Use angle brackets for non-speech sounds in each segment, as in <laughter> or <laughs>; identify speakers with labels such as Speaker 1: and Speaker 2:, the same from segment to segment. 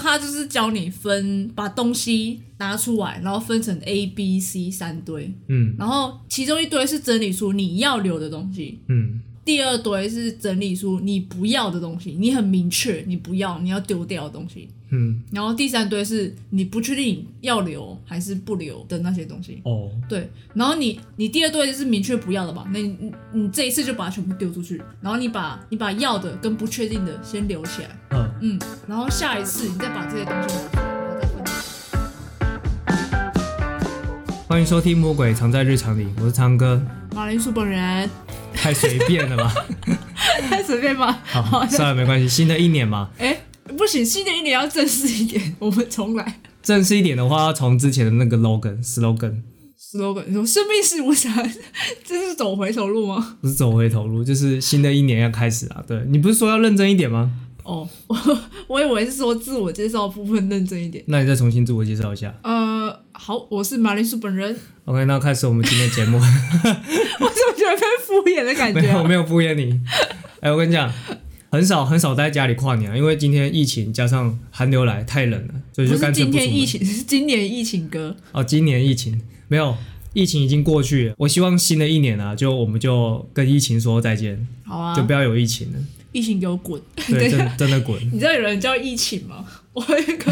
Speaker 1: 他就是教你分，把东西拿出来，然后分成 A、B、C 三堆，
Speaker 2: 嗯
Speaker 1: 然后其中一堆是整理出你要留的东西，
Speaker 2: 嗯
Speaker 1: 第二堆是整理出你不要的东西，你很明确你不要你要丢掉的东西，
Speaker 2: 嗯，
Speaker 1: 然后第三堆是你不确定要留还是不留的那些东西。
Speaker 2: 哦，
Speaker 1: 对，然后你你第二堆是明确不要的吧？那你你你这一次就把它全部丢出去，然后你把你把要的跟不确定的先留起来，
Speaker 2: 嗯，
Speaker 1: 嗯，然后下一次你再把这些东西拿出来，然后再分。
Speaker 2: 欢迎收听《魔鬼藏在日常里》，我是长 <laughs> 哥，
Speaker 1: 马铃薯本人
Speaker 2: 太随便了 <laughs> 吧？
Speaker 1: 太随便吧？
Speaker 2: 好，算了，没关系，新的一年嘛，
Speaker 1: 哎，不行，新的一年要正式一点，我们重来。
Speaker 2: 正式一点的话，要从之前的那个 logan slogan，
Speaker 1: slogan，你说生命是无常，这是走回头路吗？
Speaker 2: 不是走回头路，就是新的一年要开始啊。对你不是说要认真一点吗？
Speaker 1: 哦，我我以为是说自我介绍部分认真一点。
Speaker 2: 那你再重新自我介绍一下。
Speaker 1: 呃，好，我是马铃薯本人，
Speaker 2: OK，那开始我们今天的节 <laughs> 目。
Speaker 1: 我怎么觉得被敷衍的感
Speaker 2: 没
Speaker 1: 觉、
Speaker 2: 有，我
Speaker 1: 啊？
Speaker 2: 没有敷衍你。哎、我跟你讲，很少很少待在家里跨年、啊，因为今天疫情加上寒流来太冷了，所以
Speaker 1: 不
Speaker 2: 就是干脆
Speaker 1: 今
Speaker 2: 不出
Speaker 1: 天疫
Speaker 2: 门。
Speaker 1: 情，是今年疫情哥。
Speaker 2: 哦，今年疫情没有，疫情已经过去了。我希望新的一年啊，就我们就跟疫情说再见，
Speaker 1: 好啊
Speaker 2: 就，不要有疫情了。
Speaker 1: 疫情给我滚！
Speaker 2: 对，真的真的滚。
Speaker 1: <laughs> 你知道有人叫疫情吗？ <laughs> 我有一个，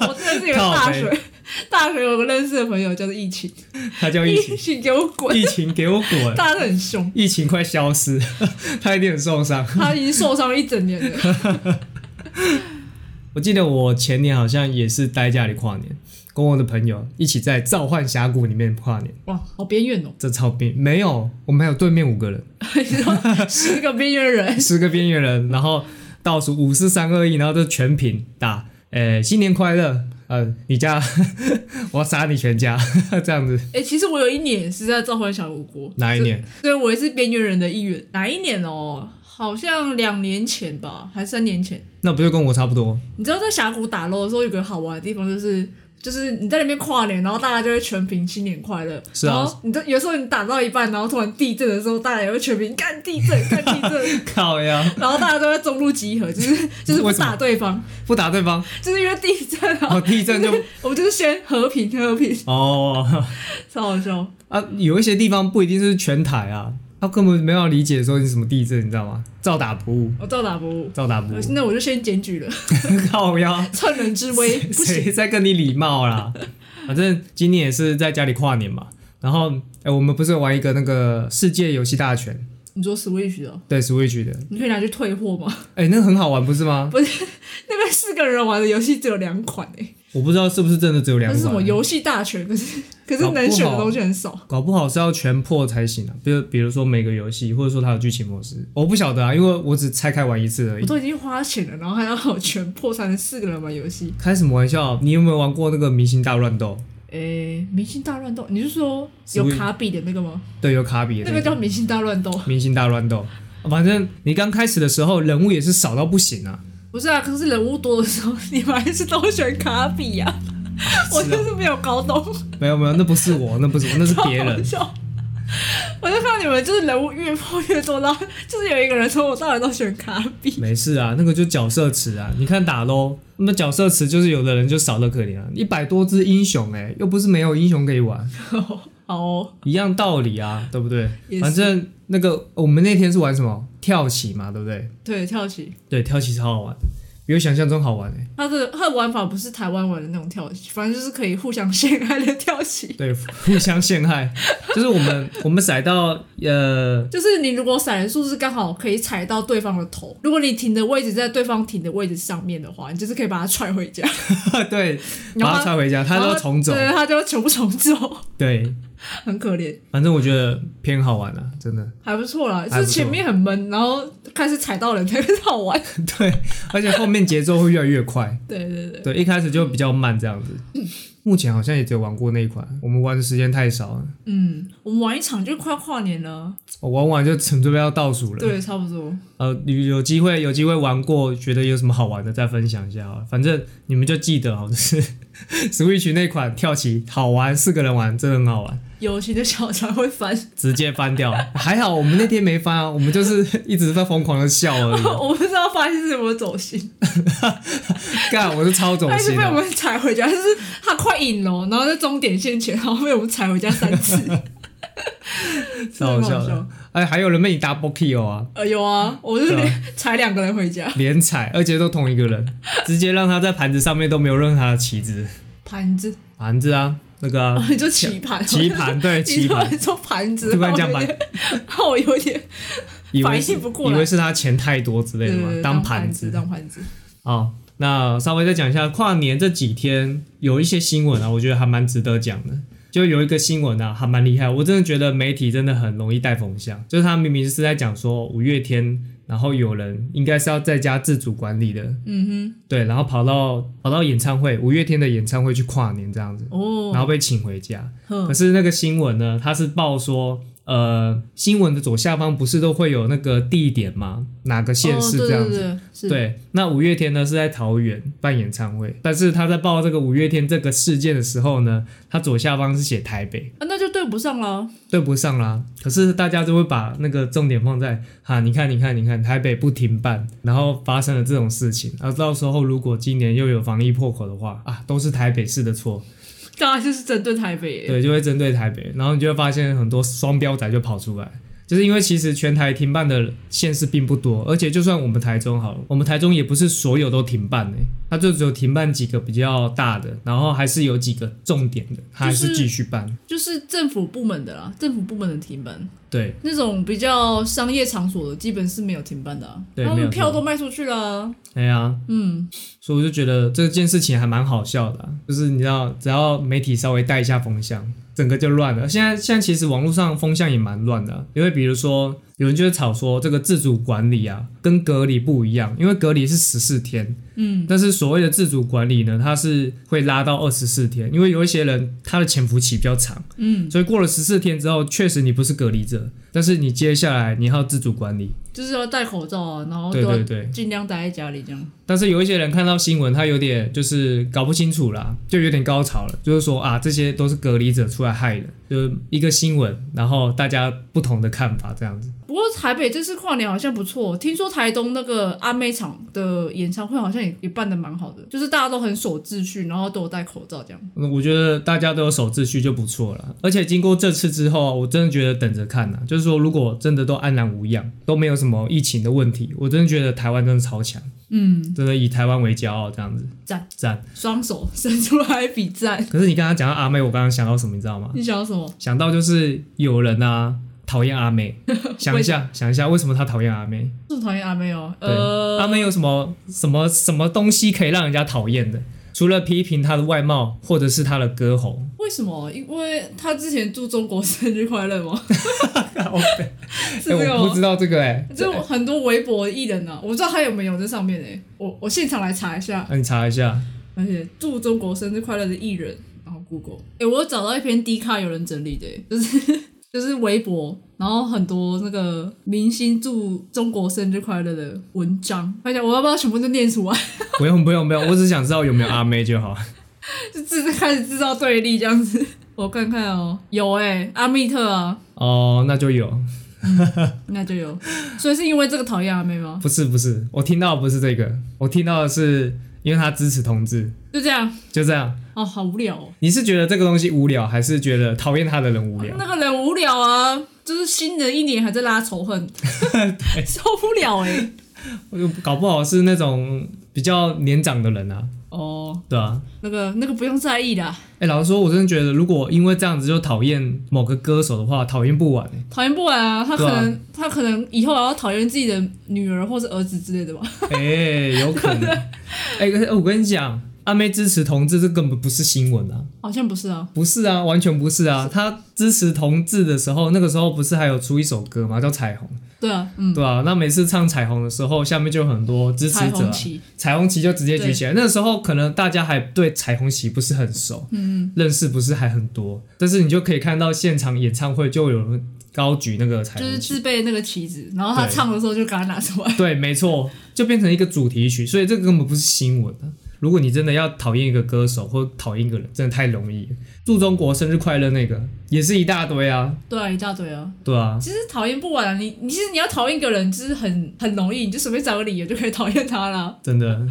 Speaker 1: 我真的是有个大
Speaker 2: 靠
Speaker 1: 学，大学有个认识的朋友叫做疫情，
Speaker 2: 他叫疫
Speaker 1: 疫
Speaker 2: 情，
Speaker 1: <laughs> 情给我滚！
Speaker 2: 疫情给我滚！
Speaker 1: 大家都很凶，
Speaker 2: 疫情快消失，他一定很受伤。
Speaker 1: 他已经受伤了一整年 <laughs> 了。
Speaker 2: 我记得我前年好像也是待家里跨年，跟我的朋友一起在召唤峡谷里面跨年。
Speaker 1: 哇，好边缘哦！
Speaker 2: 这超边没有，我们还有对面五个人，
Speaker 1: 你说十个边缘人， <laughs>
Speaker 2: 十个边缘人，然后倒数五四三二一，然后就全屏打，呃，新年快乐，呃，你家 <laughs> 我要杀你全家 <laughs> 这样子。
Speaker 1: 哎、其实我有一年也是在召唤小五国，
Speaker 2: 哪一年？
Speaker 1: 所以我也是边缘人的一员。哪一年哦？好像两年前吧，还是三年前。
Speaker 2: 那不就跟我差不多？ <laughs>
Speaker 1: 你知道在峡谷打捞的时候，有个好玩的地方就是。就是你在那边跨年，然后大家就会全屏新年快乐。
Speaker 2: 是啊。
Speaker 1: 然后你就有时候你打到一半，然后突然地震的时候，大家也会全屏干地震，干地震
Speaker 2: <laughs> 靠呀，
Speaker 1: 然后大家都在中路集合，就是就是不
Speaker 2: 为什么
Speaker 1: 打对方，
Speaker 2: 不打对方，
Speaker 1: 就是因为地震啊。
Speaker 2: 哦，地震就
Speaker 1: <laughs> 我们就是先和平和平，
Speaker 2: 哦
Speaker 1: 超好笑。
Speaker 2: 啊，有一些地方不一定是全台啊，他根本没有理解说你什么地震，你知道吗？照打不误，
Speaker 1: 我照打不误。
Speaker 2: 照
Speaker 1: <laughs>
Speaker 2: 打不误，
Speaker 1: 那我就先检举了，
Speaker 2: 靠呀。
Speaker 1: 趁人之危， <laughs> 不行。
Speaker 2: 谁在跟你礼
Speaker 1: <laughs>
Speaker 2: 貌啦？反正今年也是在家里跨年嘛。然后，哎、我们不是有玩一个那个世界游戏大全，
Speaker 1: 你说 Switch 哦，
Speaker 2: 对 Switch 的，
Speaker 1: 你可以拿去退货吗？ <laughs>
Speaker 2: 哎、那个很好玩，不是吗？
Speaker 1: 那边四个人玩的游戏只有两款欸诶、
Speaker 2: 我不知道是不是真的只有两
Speaker 1: 那是什么
Speaker 2: 款，
Speaker 1: 游戏大全？可是可是
Speaker 2: 哦搞不好
Speaker 1: 能选的东西很少。
Speaker 2: 搞不好是要全破才行啊。比如，比如说每个游戏，或者说它有剧情模式，我不晓得啊，因为我只拆开玩一次而
Speaker 1: 我
Speaker 2: 已。
Speaker 1: 都已经花钱了，然后还要我全破才能四个人玩游戏。
Speaker 2: 开什么玩笑？你有没有玩过那个《明星大乱斗
Speaker 1: 诶、明星大乱斗，你是说有
Speaker 2: Switch
Speaker 1: 卡比的那个吗？》？
Speaker 2: 对，有卡比的
Speaker 1: 那
Speaker 2: 那
Speaker 1: 个
Speaker 2: 个
Speaker 1: 叫明星大乱斗，
Speaker 2: 《明星大乱斗》。反正你刚开始的时候，人物也是少到不行啊。
Speaker 1: 不是啊？可是人物多的时候， <laughs> 你们还是都选卡比呀、我
Speaker 2: 是啊
Speaker 1: 就是没有搞懂。
Speaker 2: 没有没有，那不是我，那不是我，那是别人
Speaker 1: 好。笑。我就看到你们就是人物越破越多，然后就是有一个人说我当然都选卡比，
Speaker 2: 没事啊，那个就角色池啊。你看打喽，那么角色池就是有的人就少的可怜啊，一百多只英雄哎、又不是没有英雄可以玩，
Speaker 1: 好哦，
Speaker 2: 一样道理啊，对不对
Speaker 1: 也？是
Speaker 2: 反正那个我们那天是玩什么跳棋嘛，对不对？
Speaker 1: 对，跳棋，
Speaker 2: 对，跳棋超好玩，比我想象中好玩哎、
Speaker 1: 它的它的玩法不是台湾玩的那种跳棋，反正就是可以互相陷害的跳棋。 <laughs>
Speaker 2: 对，互相陷害，就是我们我们骰到
Speaker 1: <laughs>
Speaker 2: 呃，
Speaker 1: 就是你如果闪人数是刚好可以踩到对方的头，如果你停的位置在对方停的位置上面的话，你就是可以把他踹回家，
Speaker 2: 对，
Speaker 1: 然后
Speaker 2: 把它踹回家， <laughs> 他
Speaker 1: 然
Speaker 2: 都
Speaker 1: 后
Speaker 2: 要重走，
Speaker 1: 对，他就全部重走， <laughs>
Speaker 2: 对，
Speaker 1: 很可怜，
Speaker 2: 反正我觉得偏好玩啊，真的。
Speaker 1: 还不错啦，
Speaker 2: 还
Speaker 1: 就
Speaker 2: 不错
Speaker 1: 是前面很闷，然后开始踩到人才开始好玩， <laughs>
Speaker 2: 对，而且后面节奏会越来越快。
Speaker 1: 对对对，
Speaker 2: 对，一开始就比较慢这样子。目前好像也只有玩过那一款，我们玩的时间太少了，
Speaker 1: 嗯，我们玩一场就快跨年了。
Speaker 2: 我玩完就准备要倒数了。，
Speaker 1: 对，差不多。
Speaker 2: 呃，有有机会有机会玩过，觉得有什么好玩的再分享一下好了。反正 <laughs> 你们就记得哦，就是 Switch 那款跳棋好玩，四个人玩真的很好玩。
Speaker 1: 友情的小船会翻。 <laughs>
Speaker 2: 直接翻掉。还好我们那天没翻啊，我们就是一直在疯狂的笑而
Speaker 1: <laughs>
Speaker 2: 已。
Speaker 1: 我不知道发现是我走心，
Speaker 2: 干，我是超走
Speaker 1: 他一直
Speaker 2: 心
Speaker 1: 被我
Speaker 2: 的。
Speaker 1: 们踩回家，就是他快赢了，然后在终点线前，然后被我们踩回家三
Speaker 2: <laughs>
Speaker 1: 次，
Speaker 2: 超好笑
Speaker 1: 真的很
Speaker 2: 的。哎，还有人被你 double kill 啊，
Speaker 1: 呃，有啊，我就是
Speaker 2: 对
Speaker 1: 连踩两个人回家。
Speaker 2: 连踩，而且都同一个
Speaker 1: <laughs>
Speaker 2: 人，直接让他在盘子上面都没有任何的棋子，
Speaker 1: 盘子，
Speaker 2: 盘子啊，那个啊、
Speaker 1: <laughs> 就哦棋盘，
Speaker 2: 棋盘
Speaker 1: <laughs>
Speaker 2: 对
Speaker 1: 你
Speaker 2: 棋
Speaker 1: 突
Speaker 2: 盘，
Speaker 1: 然说盘子，
Speaker 2: 突然讲盘
Speaker 1: 然后我有点
Speaker 2: 以为
Speaker 1: 反
Speaker 2: 是
Speaker 1: 应不过
Speaker 2: 以
Speaker 1: 来嗯
Speaker 2: 为是他钱太多之类的嘛，
Speaker 1: 当
Speaker 2: 盘
Speaker 1: 子，当盘子。
Speaker 2: 好，哦那稍微再讲一下跨年这几天有一些新闻啊，我觉得还蛮值得讲的。就有一个新闻啊，还蛮厉害，我真的觉得媒体真的很容易带风向。就是他明明是在讲说五月天，然后有人应该是要在家自主管理的，
Speaker 1: 嗯
Speaker 2: 对，然后跑到跑到演唱会，五月天的演唱会去跨年这样子，
Speaker 1: 哼，哦，
Speaker 2: 然后被请回家。可
Speaker 1: 哼
Speaker 2: 是那个新闻呢，它是报说，呃，新闻的左下方不是都会有那个地点吗？哪个县市这样子？
Speaker 1: 哦、对对对，是，
Speaker 2: 对，那五月天呢是在桃园办演唱会，但是他在报这个五月天这个事件的时候呢，他左下方是写台北，
Speaker 1: 啊，那就对不上了。
Speaker 2: 对不上啦。可是大家就会把那个重点放在哈，你看，你看，你看，台北不停办，然后发生了这种事情，而到时候如果今年又有防疫破口的话啊，都是台北市的错，
Speaker 1: 大家就是针对台北，
Speaker 2: 对，就会针对台北，然后你就会发现很多双标仔就跑出来。就是因为其实全台停办的县市并不多，而且就算我们台中好了，我们台中也不是所有都停办的、欸它就只有停办几个比较大的，然后还是有几个重点的，它还
Speaker 1: 就是
Speaker 2: 是继续办。
Speaker 1: 就是政府部门的啦，政府部门的停办，
Speaker 2: 对，
Speaker 1: 那种比较商业场所的，基本是没有停办的、啊，
Speaker 2: 对
Speaker 1: 他
Speaker 2: 没
Speaker 1: 们
Speaker 2: 有
Speaker 1: 票
Speaker 2: 停
Speaker 1: 都卖出去了啊。
Speaker 2: 哎呀，
Speaker 1: 嗯，
Speaker 2: 所以我就觉得这件事情还蛮好笑的啊、就是你知道，只要媒体稍微带一下风向，整个就乱了。现在现在其实网络上风向也蛮乱的啊、因为比如说有人就会吵说这个自主管理啊跟隔离不一样，因为隔离是十四天，嗯，但是所谓的自主管理呢，它是会拉到二十四天，因为有一些人他的潜伏期比较长，嗯，所以过了十四天之后，确实你不是隔离者，但是你接下来你还要自主管理，
Speaker 1: 就是要戴口罩啊，然后都
Speaker 2: 哦对
Speaker 1: 要
Speaker 2: 对对。
Speaker 1: 尽量待在家里这样。
Speaker 2: 但是有一些人看到新闻，他有点就是搞不清楚啦，就有点高潮了，就是说啊，这些都是隔离者出来害的，就是一个新闻，然后大家不同的看法这样子。
Speaker 1: 不过台北这次跨年好像不错，听说台东那个阿妹场的演唱会好像也也办的蛮好的，就是大家都很守秩序，然后都有戴口罩这样。
Speaker 2: 嗯我觉得大家都有守秩序就不错了，而且经过这次之后啊，我真的觉得等着看呐、啊就是说如果真的都安然无恙，都没有什么疫情的问题，我真的觉得台湾真的超强，嗯，真的以台湾为骄傲这样子，
Speaker 1: 赞
Speaker 2: 赞。
Speaker 1: 双手伸出来比赞。
Speaker 2: 可是你刚刚讲到阿妹，我刚刚想到什么，你知道吗？
Speaker 1: 你想要什么？
Speaker 2: 想到就是有人啊讨厌
Speaker 1: <laughs>
Speaker 2: 阿妹，想一下想一下为什么他讨厌阿妹？
Speaker 1: 这么讨厌阿妹哦。
Speaker 2: 对，啊
Speaker 1: 呃，
Speaker 2: 阿妹有什么什么什么东西可以让人家讨厌的？除了批评她的外貌或者是她的歌喉，
Speaker 1: 为什么？因为他之前祝中国生日快
Speaker 2: <laughs>
Speaker 1: 乐吗？ <laughs> 是
Speaker 2: 哦哎、
Speaker 1: 这个
Speaker 2: 我不
Speaker 1: 吗
Speaker 2: 知？道这个哎、
Speaker 1: 就很多微博艺人啊，我不知道他有没有在上面哎、我我现场来查一下，
Speaker 2: 那啊你查一下，
Speaker 1: 而且祝中国生日快乐的艺人，然后 Google，哎、我有找到一篇 D 卡有人整理的、欸，就是 <laughs> 就是微博，然后很多那个明星祝中国生日快乐的文章，而且我要不要全部都念出来？ <laughs>
Speaker 2: 不用不用不用，我只想知道有没有阿妹就好。
Speaker 1: 就制开始制造对立这样子。 <laughs> 我看看哦，有哎、阿密特啊，
Speaker 2: 哦，那就有，
Speaker 1: 那就有，所以是因为这个讨厌阿妹吗？
Speaker 2: 不是不是，我听到的不是这个，我听到的是因为她支持同志，
Speaker 1: 就这样
Speaker 2: 就这样。
Speaker 1: 哦，好无聊哦。
Speaker 2: 你是觉得这个东西无聊，还是觉得讨厌她的人
Speaker 1: <laughs>
Speaker 2: 无聊？
Speaker 1: 那个人无聊啊，就是新的一年还在拉仇恨，受不了哎、
Speaker 2: 我就搞不好是那种比较年长的人啊，
Speaker 1: 哦，
Speaker 2: 对啊。
Speaker 1: 那个那个不用在意啦，
Speaker 2: 哎、老实说，我真的觉得，如果因为这样子就讨厌某个歌手的话，讨厌不完、欸。
Speaker 1: 讨厌不完啊。他可
Speaker 2: 对啊
Speaker 1: 能、他可能以后还要讨厌自己的女儿或是儿子之类的吧。 <laughs>
Speaker 2: 哎、有可能。哎、可是我跟你讲，阿妹支持同志，这根本不是新闻啊，
Speaker 1: 好像不是啊，
Speaker 2: 不是啊，完全不是啊。她支持同志的时候，那个时候不是还有出一首歌嘛，叫《彩虹》，
Speaker 1: 对啊，嗯，
Speaker 2: 对啊，那每次唱《彩虹》的时候，下面就有很多支持
Speaker 1: 彩
Speaker 2: 者、
Speaker 1: 虹
Speaker 2: 啊，
Speaker 1: 旗，
Speaker 2: 彩虹旗就直接举起来。那时候可能大家还对彩虹旗不是很熟，嗯，认识不是还很多，但是你就可以看到现场演唱会就有人高举那个彩
Speaker 1: 就
Speaker 2: 虹
Speaker 1: 是
Speaker 2: 旗。
Speaker 1: 自备那个旗子，然后他
Speaker 2: 对
Speaker 1: 唱的时候就给他拿出来。
Speaker 2: 对，没错，就变成一个主题曲，所以这个根本不是新闻啊。如果你真的要讨厌一个歌手或讨厌一个人，真的太容易了。祝中国生日快乐那个也是一大堆啊，
Speaker 1: 对啊，一大堆啊。
Speaker 2: 对啊，
Speaker 1: 其实讨厌不完啊，你你其实你要讨厌一个人，就是很很容易，你就随便找个理由就可以讨厌他啦。 <laughs>
Speaker 2: 真的。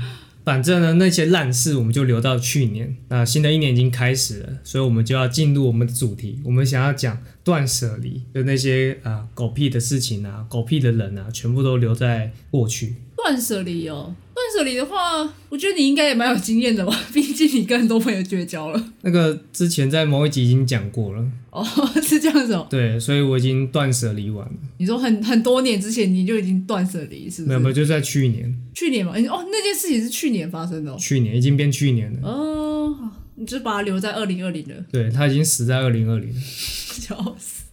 Speaker 2: 反正呢，那些烂事我们就留到去年。那新的一年已经开始了，所以我们就要进入我们的主题。我们想要讲断舍离，就那些啊、呃狗屁的事情啊、狗屁的人啊，全部都留在过去。
Speaker 1: 断舍离哦，断舍离的话，我觉得你应该也蛮有经验的吧， <laughs> 毕竟你跟很多朋友绝交了。
Speaker 2: 那个之前在某一集已经讲过了，
Speaker 1: 哦， <laughs> 是这样子哦。
Speaker 2: 对，所以我已经断舍离完了。
Speaker 1: 你说很很多年之前你就已经断舍离，是不
Speaker 2: 没有没有，
Speaker 1: 是？
Speaker 2: 就在去年，
Speaker 1: 去年嘛，诶哦，那件事情是去年发生的哦。
Speaker 2: 去年已经变去年了。
Speaker 1: 哦，好你就把它留在二零二零了。 <laughs>
Speaker 2: 对他已经死在二零二零。
Speaker 1: 笑死！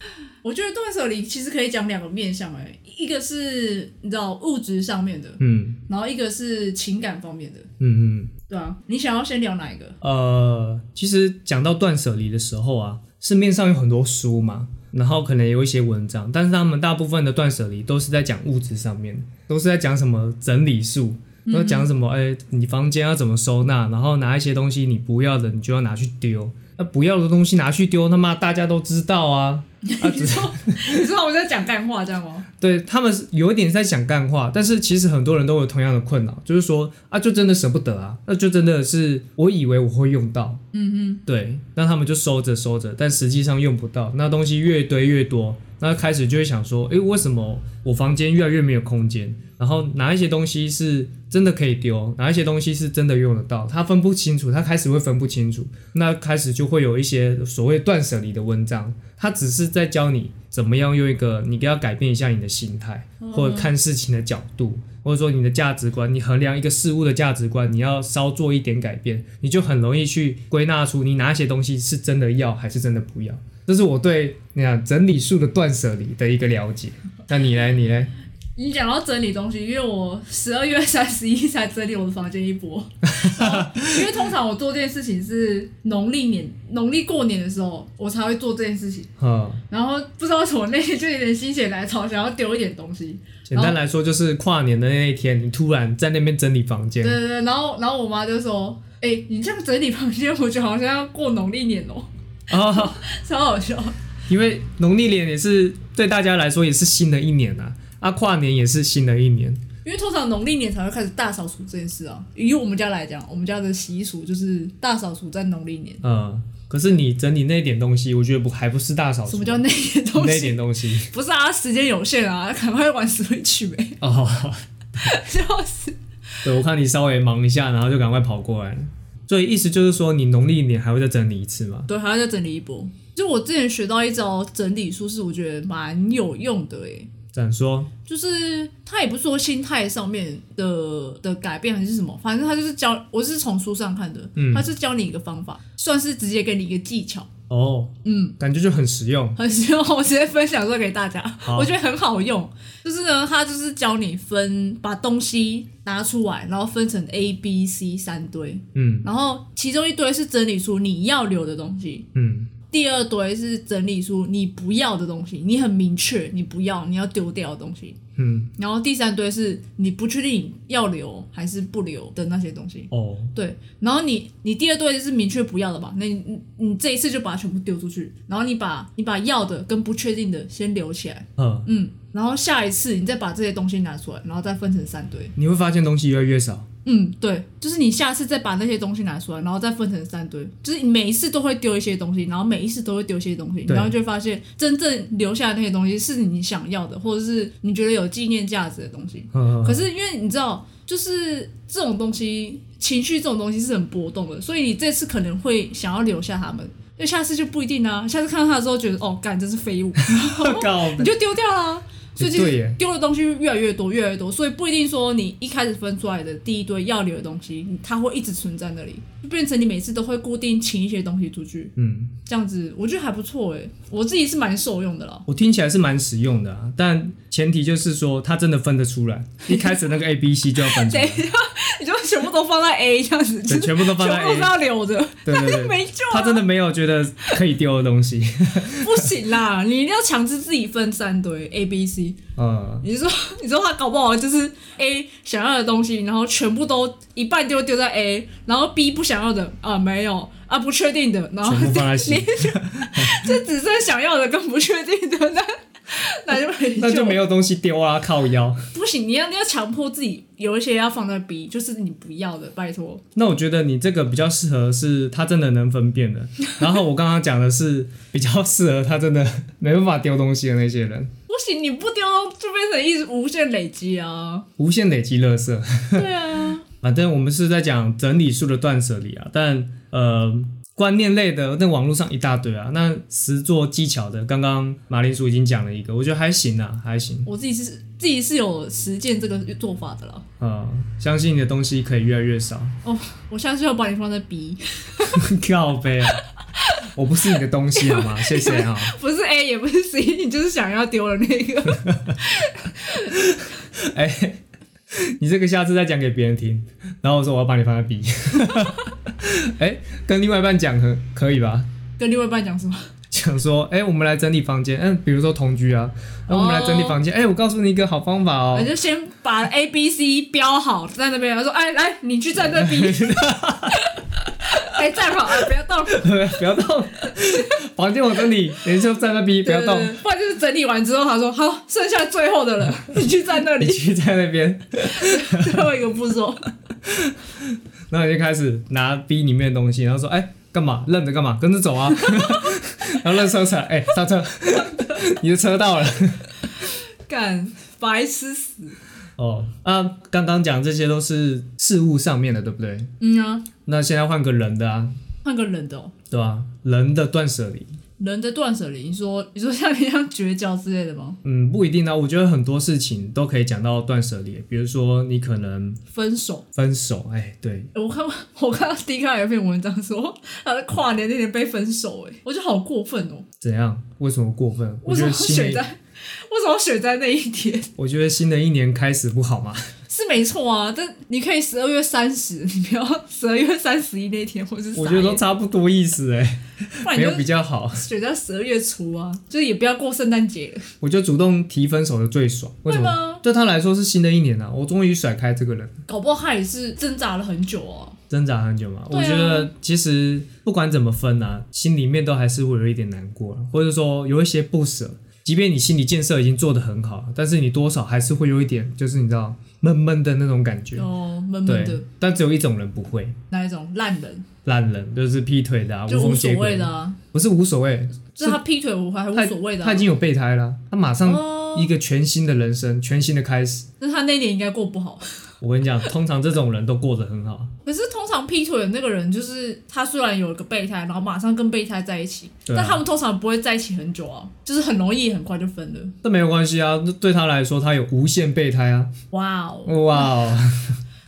Speaker 1: 我觉得断舍离其实可以讲两个面向、欸，哎，一个是你知道物质上面的，
Speaker 2: 嗯
Speaker 1: 然后一个是情感方面的，
Speaker 2: 嗯嗯。
Speaker 1: 对啊，你想要先聊哪一个？ <laughs>
Speaker 2: 呃，其实讲到断舍离的时候啊，市面上有很多书嘛，然后可能有一些文章，但是他们大部分的断舍离都是在讲物质上面，都是在讲什么整理术，都讲什么哎、你房间要怎么收纳，然后拿一些东西你不要的，你就要拿去丢。那不要的东西拿去丢，他妈大家都知道啊！啊，只
Speaker 1: 你说，你知道我在讲干话这样吗？
Speaker 2: 对他们是有一点在讲干话，但是其实很多人都有同样的困扰，就是说啊，就真的舍不得啊，那就真的是我以为我会用到，嗯嗯，对，那他们就收着收着，但实际上用不到，那东西越堆越多，那开始就会想说，诶，为什么我房间越来越没有空间？然后哪一些东西是真的可以丢，哪一些东西是真的用得到，他分不清楚，他开始会分不清楚，那开始就会有一些所谓断舍离的文章，他只是在教你怎么样用一个，你要改变一下你的心态，或者看事情的角度，或者说你的价值观，你衡量一个事物的价值观，你要稍做一点改变，你就很容易去归纳出你哪些东西是真的要还是真的不要。这是我对你看整理术的断舍离的一个了解。那你来，你来，
Speaker 1: 你讲到整理东西，因为我十二月三十一才整理我的房间一波，因为通常我做这件事情是农历年、农历过年的时候，我才会做这件事情。
Speaker 2: 哈、
Speaker 1: 然后不知道为什么那天就有点心血来潮，想要丢一点东西，
Speaker 2: 简单来说，就是跨年的那一天，你突然在那边整理房间
Speaker 1: 对，对对，然后然后我妈就说：“哎、你这样整理房间，我觉得好像要过农历年哦、
Speaker 2: <laughs>
Speaker 1: <laughs>
Speaker 2: 哦，
Speaker 1: 超好笑。
Speaker 2: 因为农历年也是对大家来说也是新的一年啊，啊，跨年也是新的一年，
Speaker 1: 因为通常农历年才会开始大扫除这件事啊。以我们家来讲，我们家的习俗就是大扫除在农历年。
Speaker 2: 嗯，可是你整理那一点东西，我觉得不还不是大扫除，
Speaker 1: 什么叫那些东
Speaker 2: 那一
Speaker 1: 西？
Speaker 2: 点
Speaker 1: <laughs>
Speaker 2: 东西？
Speaker 1: 不是啊，时间有限啊，赶快玩 Switch 呗， <laughs>
Speaker 2: 哦，
Speaker 1: 就是
Speaker 2: 对，我看你稍微忙一下，然后就赶快跑过来了，所以意思就是说，你农历年还会再整理一次吗？
Speaker 1: 对，还要再整理一波。就我之前学到一招整理术，是我觉得蛮有用的诶、欸
Speaker 2: 这样说，
Speaker 1: 就是他也不是说心态上面的的改变还是什么，反正他就是教，我是从书上看的，
Speaker 2: 嗯
Speaker 1: 他是教你一个方法，算是直接给你一个技巧，
Speaker 2: 哦，
Speaker 1: 嗯，
Speaker 2: 感觉就很实用，
Speaker 1: 很希望我直接分享出来给大家，
Speaker 2: 好
Speaker 1: 我觉得很好用。就是呢，他就是教你分把东西拿出来，然后分成 A、B、C 三堆，
Speaker 2: 嗯
Speaker 1: 然后其中一堆是整理出你要留的东西，
Speaker 2: 嗯，
Speaker 1: 第二堆是整理出你不要的东西，你很明确你不要你要丢掉的东西，
Speaker 2: 嗯，
Speaker 1: 然后第三堆是你不确定要留还是不留的那些东西。
Speaker 2: 哦，
Speaker 1: 对，然后你你第二堆是明确不要的吧？那你你你这一次就把它全部丢出去，然后你把你把要的跟不确定的先留起来，
Speaker 2: 嗯，
Speaker 1: 嗯，然后下一次你再把这些东西拿出来，然后再分成三堆，
Speaker 2: 你会发现东西越来越少，
Speaker 1: 嗯，对，就是你下次再把那些东西拿出来，然后再分成三堆，就是你每一次都会丢一些东西，然后每一次都会丢一些东西，
Speaker 2: 对
Speaker 1: 然后就会发现真正留下的那些东西是你想要的，或者是你觉得有纪念价值的东西。
Speaker 2: 嗯，
Speaker 1: 可是因为你知道，就是这种东西，情绪这种东西是很波动的，所以你这次可能会想要留下他们，那下次就不一定啊。下次看到他之后，觉得哦，干，这是废
Speaker 2: <laughs>
Speaker 1: 物，
Speaker 2: 告
Speaker 1: 你就丢掉啦、所以其
Speaker 2: 也对
Speaker 1: 实
Speaker 2: 耶
Speaker 1: 丢的东西越来越多，越来越多，所以不一定说你一开始分出来的第一堆要留的东西，它会一直存在那里，就变成你每次都会固定请一些东西出去，
Speaker 2: 嗯，
Speaker 1: 这样子我觉得还不错诶，我自己是蛮受用的啦。
Speaker 2: 我听起来是蛮实用的啊，但前提就是说它真的分得出来，一开始那个 A、B、C 就要分
Speaker 1: <laughs>
Speaker 2: 出来，
Speaker 1: 你就全部都放在 A 这样子，就是
Speaker 2: 对，全部都放在
Speaker 1: 全部都
Speaker 2: A，
Speaker 1: 要留着，
Speaker 2: 对对对，
Speaker 1: 没救
Speaker 2: <laughs> 他真的没有觉得可以丢的东西，
Speaker 1: 不行啦，你一定要强制自己分三堆 A、B、C，西。
Speaker 2: 呃，
Speaker 1: 你是说， <laughs> 你说他搞不好就是 A 想要的东西，然后全部都一半丢丢在 A，然后 B 不想要的啊没有啊不确定的，然后
Speaker 2: 全部放在
Speaker 1: 你 <laughs>
Speaker 2: 心，
Speaker 1: 就只剩想要的跟不确定的，
Speaker 2: <laughs>
Speaker 1: 那那就没
Speaker 2: 那就没
Speaker 1: 有
Speaker 2: 有东西丢啊，靠 <laughs> 腰。
Speaker 1: 不行，你要你要强迫自己有一些要放在 B，就是你不要的，拜托。
Speaker 2: 那我觉得你这个比较适合是他真的能分辨的，然后我刚刚讲的是比较适合他真的没办法丢东西的那些人，
Speaker 1: 不行，你不丢就变成一直无限累积啊！
Speaker 2: 无限累积垃圾。
Speaker 1: 对啊，
Speaker 2: 反正我们是在讲整理术的断舍离啊，但呃，观念类的那网络上一大堆啊，那实做技巧的，刚刚马铃薯已经讲了一个，我觉得还行啊，还行，
Speaker 1: 我自己是自己是有实践这个做法的啦。
Speaker 2: 呃，相信你的东西可以越来越少， <laughs>
Speaker 1: 哦，我下次要把你放在 B， <laughs>
Speaker 2: 靠背啊， <laughs> 我不是你的东西好吗？谢谢啊，
Speaker 1: 不是 A 也不是 C，你就是想要丢的那个。
Speaker 2: 哎、你这个下次再讲给别人听，然后我说我要把你放在 B，哎、跟另外一半讲可可以吧？
Speaker 1: 跟另外一半讲什么？
Speaker 2: 想说，哎、我们来整理房间，嗯、比如说同居啊，那我们来整理房间，哎、我告诉你一个好方法
Speaker 1: 我
Speaker 2: 哦，
Speaker 1: 就先把 A、B、C 标好在那边，然后说：“哎，来，你去站在 B。”
Speaker 2: <laughs>
Speaker 1: 哎，站好，啊，不要动，
Speaker 2: <laughs> 不要动，房间我整理，你就站那边，不要动
Speaker 1: 对，对对不然就是整理完之后，他说：“好，剩下最后的了， <laughs> 你去站那
Speaker 2: <laughs> 你
Speaker 1: 里。
Speaker 2: 去在那边，”
Speaker 1: 最后一个步骤，
Speaker 2: 然后你就开始拿 B 里面的东西，然后说，哎、干嘛愣着干嘛，跟着走啊， <laughs> 然后愣车车，哎、刹车， <laughs> 你的车到了。
Speaker 1: 干白痴死。
Speaker 2: 哦，啊，刚刚讲这些都是事物上面的，对不对？
Speaker 1: 嗯啊，
Speaker 2: 那现在换个人的啊，
Speaker 1: 换个人的哦，
Speaker 2: 对吧、人的断舍离，
Speaker 1: 人的断舍离，你说你说像你像绝交之类的吗？
Speaker 2: 嗯，不一定啊。我觉得很多事情都可以讲到断舍离，比如说你可能
Speaker 1: 分手。
Speaker 2: 分手，哎，对，
Speaker 1: 我看我看到 D 卡有一篇文章说他在跨年那天被分手、哎，我觉得好过分哦、
Speaker 2: 怎样？为什么过分？我
Speaker 1: 为什
Speaker 2: 觉
Speaker 1: 么
Speaker 2: 得
Speaker 1: 要
Speaker 2: 新
Speaker 1: 选
Speaker 2: 的
Speaker 1: 在
Speaker 2: 一，
Speaker 1: 为什么要选在那一天？
Speaker 2: 我觉得新的一年开始
Speaker 1: <laughs>
Speaker 2: 不好吗？
Speaker 1: 是没错啊，但你可以十二月三十，你不要十二月三十一那天，或是
Speaker 2: 我觉得
Speaker 1: 傻
Speaker 2: 都
Speaker 1: 眼
Speaker 2: 差不多意思哎、
Speaker 1: 不然
Speaker 2: 没
Speaker 1: 你就
Speaker 2: 有比较好。
Speaker 1: 选在十二月初啊，就是也不要过圣诞节了。
Speaker 2: 我觉得主动提分手的最爽，为什
Speaker 1: 会
Speaker 2: 么
Speaker 1: 吗？
Speaker 2: 对他来说是新的一年啊，我终于甩开这个人。
Speaker 1: 搞不好他也是挣扎了很久哦、
Speaker 2: 挣扎很久嘛。
Speaker 1: 对啊
Speaker 2: 我觉得其实不管怎么分啊，心里面都还是会有一点难过，啊或者说有一些不舍。即便你心理建设已经做得很好了，但是你多少还是会有一点，就是你知道闷闷的那种感觉。
Speaker 1: 哦，闷闷
Speaker 2: 对
Speaker 1: 的，
Speaker 2: 但只有一种人不会，
Speaker 1: 那一种烂人，
Speaker 2: 烂人就是劈腿的、啊，
Speaker 1: 就
Speaker 2: 缝
Speaker 1: 无所
Speaker 2: 接轨
Speaker 1: 谓的，啊，
Speaker 2: 不是无所谓，
Speaker 1: 就是他劈腿我还无所谓的、
Speaker 2: 他
Speaker 1: 啊
Speaker 2: 已。经有备胎了，他马上
Speaker 1: 哦，
Speaker 2: 一个全新的人生，全新的开始。
Speaker 1: 那他那一年应该过不好。
Speaker 2: 我跟你讲，通常这种人都过得很好，
Speaker 1: 可是通常劈腿的那个人，就是他虽然有一个备胎，然后马上跟备胎在一起，
Speaker 2: 对啊
Speaker 1: 但他们通常不会在一起很久啊，就是很容易很快就分了。
Speaker 2: 但没有关系啊，对他来说，他有无限备胎啊。
Speaker 1: 哇哦，
Speaker 2: 哇哦！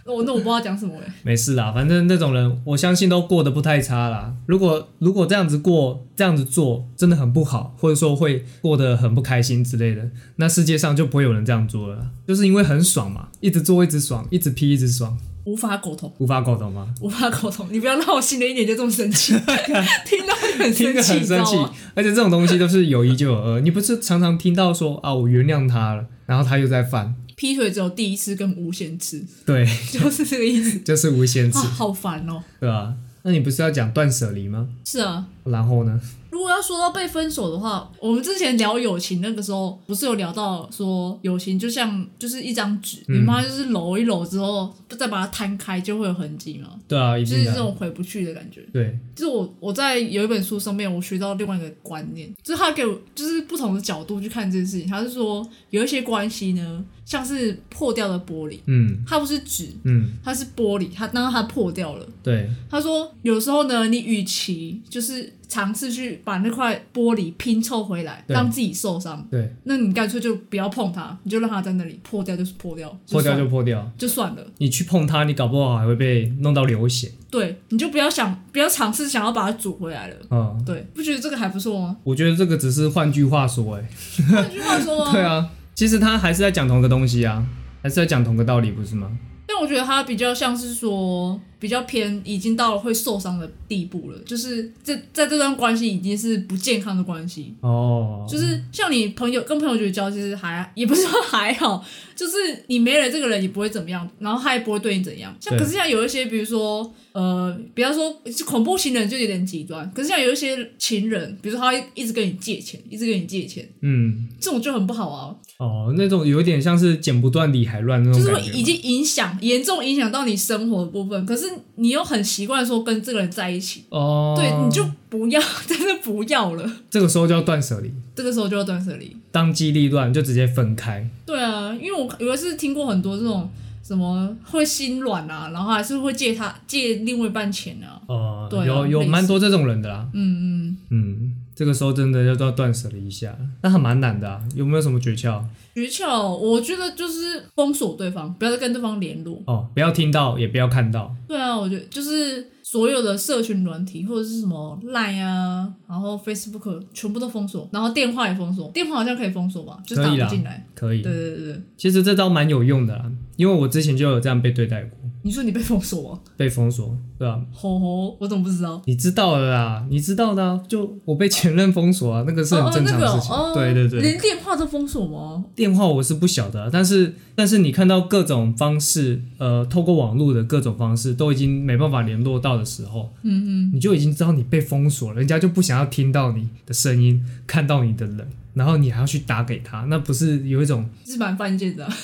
Speaker 1: 我那我不知道讲什么哎、
Speaker 2: 没事啦，反正那种人，我相信都过得不太差啦。如果如果这样子过，这样子做真的很不好，或者说会过得很不开心之类的，那世界上就不会有人这样做了啦，就是因为很爽嘛，一直做一直爽，一直批一直爽，
Speaker 1: 无法苟同，
Speaker 2: 无法沟通吗？
Speaker 1: 无法苟同。你不要让我新的一年就这么生气，听到就很
Speaker 2: 听
Speaker 1: 生气，啊
Speaker 2: 着很
Speaker 1: 你知道
Speaker 2: 生气
Speaker 1: 吗？，
Speaker 2: 而且这种东西都是有一就有二，你不是常常听到说啊，我原谅他了，然后他又在犯，
Speaker 1: 劈腿只有第一次跟无限次， <laughs>
Speaker 2: 对， <laughs>
Speaker 1: 就是这个意思
Speaker 2: 就是无限
Speaker 1: 啊，
Speaker 2: 次，
Speaker 1: 好烦哦。
Speaker 2: 对吧、啊？那你不是要讲断舍离吗？
Speaker 1: 是啊，
Speaker 2: 然后呢？
Speaker 1: 如果要说到被分手的话，我们之前聊友情那个时候，不是有聊到说友情就像就是一张纸，
Speaker 2: 嗯
Speaker 1: 你妈就是揉一揉之后，再把它摊开就会有痕迹嘛，
Speaker 2: 对啊，一
Speaker 1: 就
Speaker 2: 定
Speaker 1: 是这
Speaker 2: 的啊，
Speaker 1: 种回不去的感觉。
Speaker 2: 对，
Speaker 1: 就是我我在有一本书上面，我学到另外一个观念，就是他给我就是不同的角度去看这件事情。他是说有一些关系呢，像是破掉的玻璃，
Speaker 2: 嗯
Speaker 1: 它不是纸，
Speaker 2: 嗯，
Speaker 1: 它是玻璃，它当它破掉了。
Speaker 2: 对。
Speaker 1: 他说有时候呢，你与其就是尝试去把那块玻璃拼凑回来，
Speaker 2: 对
Speaker 1: 让自己受伤，
Speaker 2: 对，
Speaker 1: 那你干脆就不要碰它，你就让它在那里破掉就是破掉，
Speaker 2: 破掉
Speaker 1: 算
Speaker 2: 就破掉。
Speaker 1: 就算了。
Speaker 2: 你去碰它，你搞不好还会被弄到流血。
Speaker 1: 对，你就不要想，不要尝试想要把它组回来了。
Speaker 2: 嗯，
Speaker 1: 对，不觉得这个还不错
Speaker 2: <laughs>
Speaker 1: 吗？
Speaker 2: 我觉得这个只是换句话说、欸，
Speaker 1: 换句话说
Speaker 2: 啊对啊，其实他还是在讲同个东西啊，还是在讲同个道理，不是吗？
Speaker 1: 但我觉得他比较像是说，比较偏已经到了会受伤的地步了，就是这在这段关系已经是不健康的关系。
Speaker 2: 哦，
Speaker 1: 就是像你朋友跟朋友绝交，其实还也不是说还好，就是你没了这个人也不会怎么样，然后他也不会对你怎样。像
Speaker 2: 对
Speaker 1: 可是像有一些，比如说呃，比方说是恐怖情人就有点极端，可是像有一些情人，比如说他会一直跟你借钱，一直跟你借钱，
Speaker 2: 嗯，
Speaker 1: 这种就很不好啊，
Speaker 2: 哦，那种有点像是剪不断理还乱那
Speaker 1: 就
Speaker 2: 种
Speaker 1: 是
Speaker 2: 感
Speaker 1: 会
Speaker 2: 觉吗，
Speaker 1: 已经影响严重影响到你生活的部分。可是你又很习惯说跟这个人在一起，
Speaker 2: 哦，
Speaker 1: 对，你就不要， <laughs> 真的不要了，
Speaker 2: 这个时候就要断舍离，
Speaker 1: 这个时候就要断舍离。
Speaker 2: 当机立断就直接分开，
Speaker 1: 对啊，因为我有一次听过很多这种什么会心软啊，然后还是会借他借另外一半钱啊。
Speaker 2: 哦、
Speaker 1: 对啊
Speaker 2: 有有
Speaker 1: 类似
Speaker 2: 蛮多这种人的啦，
Speaker 1: 嗯嗯，
Speaker 2: 嗯，这个时候真的要要断舍离一下，那还蛮难的、啊，有没有什么诀窍？
Speaker 1: 诀窍我觉得就是封锁对方，不要再跟对方联络。
Speaker 2: 哦，不要听到，也不要看到，
Speaker 1: 对啊，我觉得就是所有的社群软体或者是什么 Line 啊，然后 Facebook 全部都封锁，然后电话也封锁，电话好像可以封锁吧，就是打
Speaker 2: 可以啦
Speaker 1: 不进来。
Speaker 2: 可以
Speaker 1: 对。对对对，
Speaker 2: 其实这招蛮有用的啦，因为我之前就有这样被对待过，
Speaker 1: 你说你被封锁吗？
Speaker 2: 被封锁，对吧、
Speaker 1: 吼吼，我怎么不知道？
Speaker 2: 你知道的啦，你知道的、啊，就我被前任封锁啊，那个是
Speaker 1: 哦
Speaker 2: 很
Speaker 1: 哦
Speaker 2: 正
Speaker 1: 那
Speaker 2: 常
Speaker 1: 个
Speaker 2: 的
Speaker 1: 哦
Speaker 2: 事情。
Speaker 1: 哦，
Speaker 2: 对对对，
Speaker 1: 连电话都封锁吗？
Speaker 2: 电话我是不晓得啊、但是但是你看到各种方式，呃，透过网络的各种方式都已经没办法联络到的时候，嗯嗯，你就已经知道你被封锁了，人家就不想要听到你的声音，看到你的人，然后你还要去打给他，那不是有一种
Speaker 1: 是蛮犯贱的啊、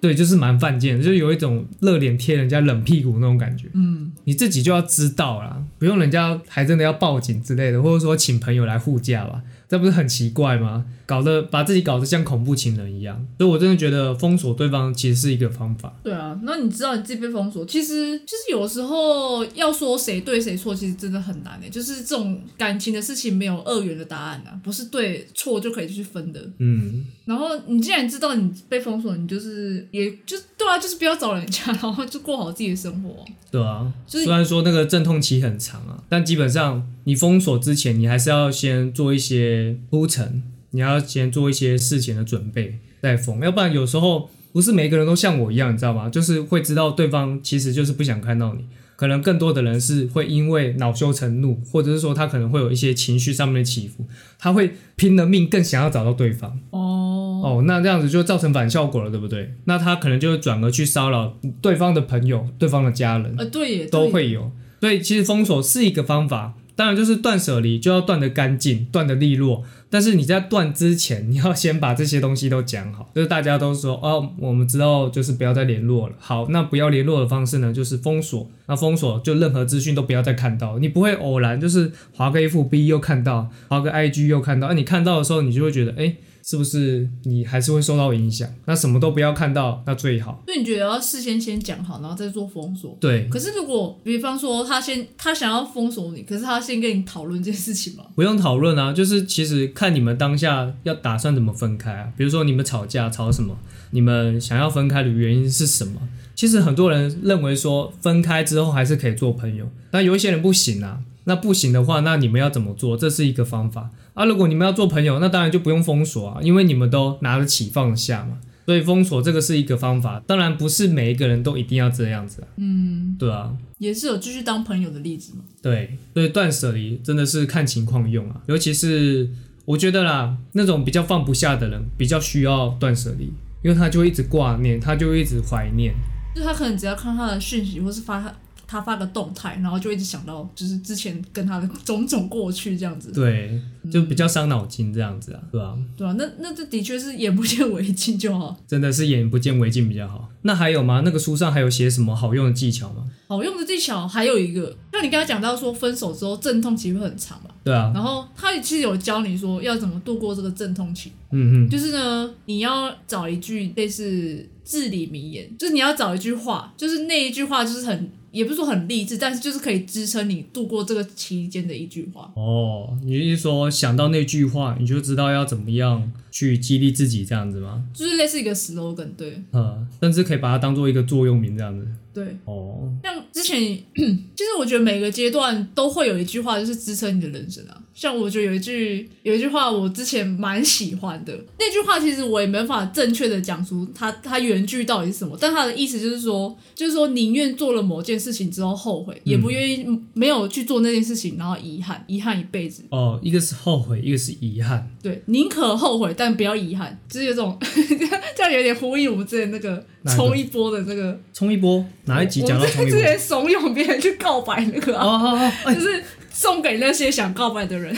Speaker 2: 对，就是蛮犯贱的，就是有一种热脸贴人家冷屁股那种感觉。嗯，你自己就要知道啦，不用人家还真的要报警之类的，或者说请朋友来护驾吧，这不是很奇怪吗？搞得把自己搞得像恐怖情人一样，所以我真的觉得封锁对方其实是一个方法。
Speaker 1: 对啊，那你知道你自己被封锁，其实其实有时候要说谁对谁错，其实真的很难诶、欸就是这种感情的事情没有二元的答案啊，不是对错就可以去分的。
Speaker 2: 嗯，
Speaker 1: 然后你既然知道你被封锁，你就是也就对啊，就是不要找人家， <laughs> 然后就过好自己的生活。
Speaker 2: 对啊，
Speaker 1: 就是
Speaker 2: 虽然说那个阵痛期很长啊，但基本上你封锁之前，你还是要先做一些铺陈，你要先做一些事前的准备再封，要不然有时候不是每个人都像我一样，你知道吗？就是会知道对方其实就是不想看到你。可能更多的人是会因为恼羞成怒，或者是说他可能会有一些情绪上面的起伏，他会拼了命更想要找到对方。
Speaker 1: 哦，
Speaker 2: 哦，那这样子就造成反效果了，对不对？那他可能就会转而去骚扰对方的朋友、对方的家人。
Speaker 1: 呃，对耶，
Speaker 2: 都
Speaker 1: 对耶。
Speaker 2: 会有。所以其实封锁是一个方法，当然就是断舍离就要断得干净、断得利落。但是你在断之前，你要先把这些东西都讲好，就是大家都说哦，我们之后就是不要再联络了。好，那不要联络的方式呢，就是封锁。那封锁就任何资讯都不要再看到，你不会偶然就是划个 FB 又看到，划个 IG 又看到。啊那、你看到的时候，你就会觉得，哎，是不是你还是会受到影响？那什么都不要看到，那最好。
Speaker 1: 所以你觉得要事先先讲好，然后再做封锁。
Speaker 2: 对，
Speaker 1: 可是如果比方说他先他想要封锁你，可是他先跟你讨论这件事情嘛，
Speaker 2: 不用讨论啊，就是其实看你们当下要打算怎么分开啊。比如说你们吵架吵什么，你们想要分开的原因是什么？其实很多人认为说分开之后还是可以做朋友，但有一些人不行啊。那不行的话，那你们要怎么做？这是一个方法啊。如果你们要做朋友，那当然就不用封锁啊，因为你们都拿得起放得下嘛。所以封锁这个是一个方法，当然不是每一个人都一定要这样子啊。嗯，对啊。
Speaker 1: 也是有继续当朋友的例子嘛。
Speaker 2: 对，所以断舍离真的是看情况用啊，尤其是我觉得啦，那种比较放不下的人，比较需要断舍离，因为他就会一直挂念，他就会一直怀念。
Speaker 1: 就是他可能只要看他的讯息，或是发他他发个动态，然后就一直想到就是之前跟他的种种过去这样子，
Speaker 2: 对，就比较伤脑筋这样子啊，对吧、
Speaker 1: 对啊，那 <laughs> 那这的确是眼不见为净就好。
Speaker 2: 真的是眼不见为净比较好。那还有吗？那个书上还有写什么好用的技巧吗？
Speaker 1: 好用的技巧还有一个，像你刚才讲到说分手之后阵痛期会很长嘛，
Speaker 2: 对啊，
Speaker 1: 然后他其实有教你说要怎么度过这个阵痛期，
Speaker 2: 嗯嗯，
Speaker 1: 就是呢，你要找一句类似至理名言，就是你要找一句话，就是那一句话就是很也不是说很励志，但是就是可以支撑你度过这个期间的一句话。
Speaker 2: 哦，你一说想到那句话，你就知道要怎么样去激励自己这样子吗？
Speaker 1: 就是类似一个 slogan，对
Speaker 2: 嗯，甚至可以把它当做一个座右铭这样子。
Speaker 1: 对。
Speaker 2: 哦，
Speaker 1: 像之前，其实我觉得每个阶段都会有一句话，就是支撑你的人生啊。像我觉得有一句有一句话我之前蛮喜欢的，那句话其实我也没办法正确的讲出它它原句到底是什么，但它的意思就是说，就是说宁愿做了某件事情之后后悔，也
Speaker 2: 嗯
Speaker 1: 不愿意没有去做那件事情，然后遗憾遗憾一辈子。
Speaker 2: 哦，一个是后悔，一个是遗憾。
Speaker 1: 对，宁可后悔，但不要遗憾，就是有种 <laughs> 这样有点呼应我们之前那个
Speaker 2: 哪一个
Speaker 1: 抽一波的那个，
Speaker 2: 冲一波，哪一集讲到
Speaker 1: 我
Speaker 2: 冲
Speaker 1: 们
Speaker 2: 一
Speaker 1: 之
Speaker 2: 波？
Speaker 1: 前怂恿别人去告白那个、
Speaker 2: 哦
Speaker 1: 啊，
Speaker 2: 哦哦，哎，
Speaker 1: 就是送给那些想告白的
Speaker 2: <laughs>
Speaker 1: 人。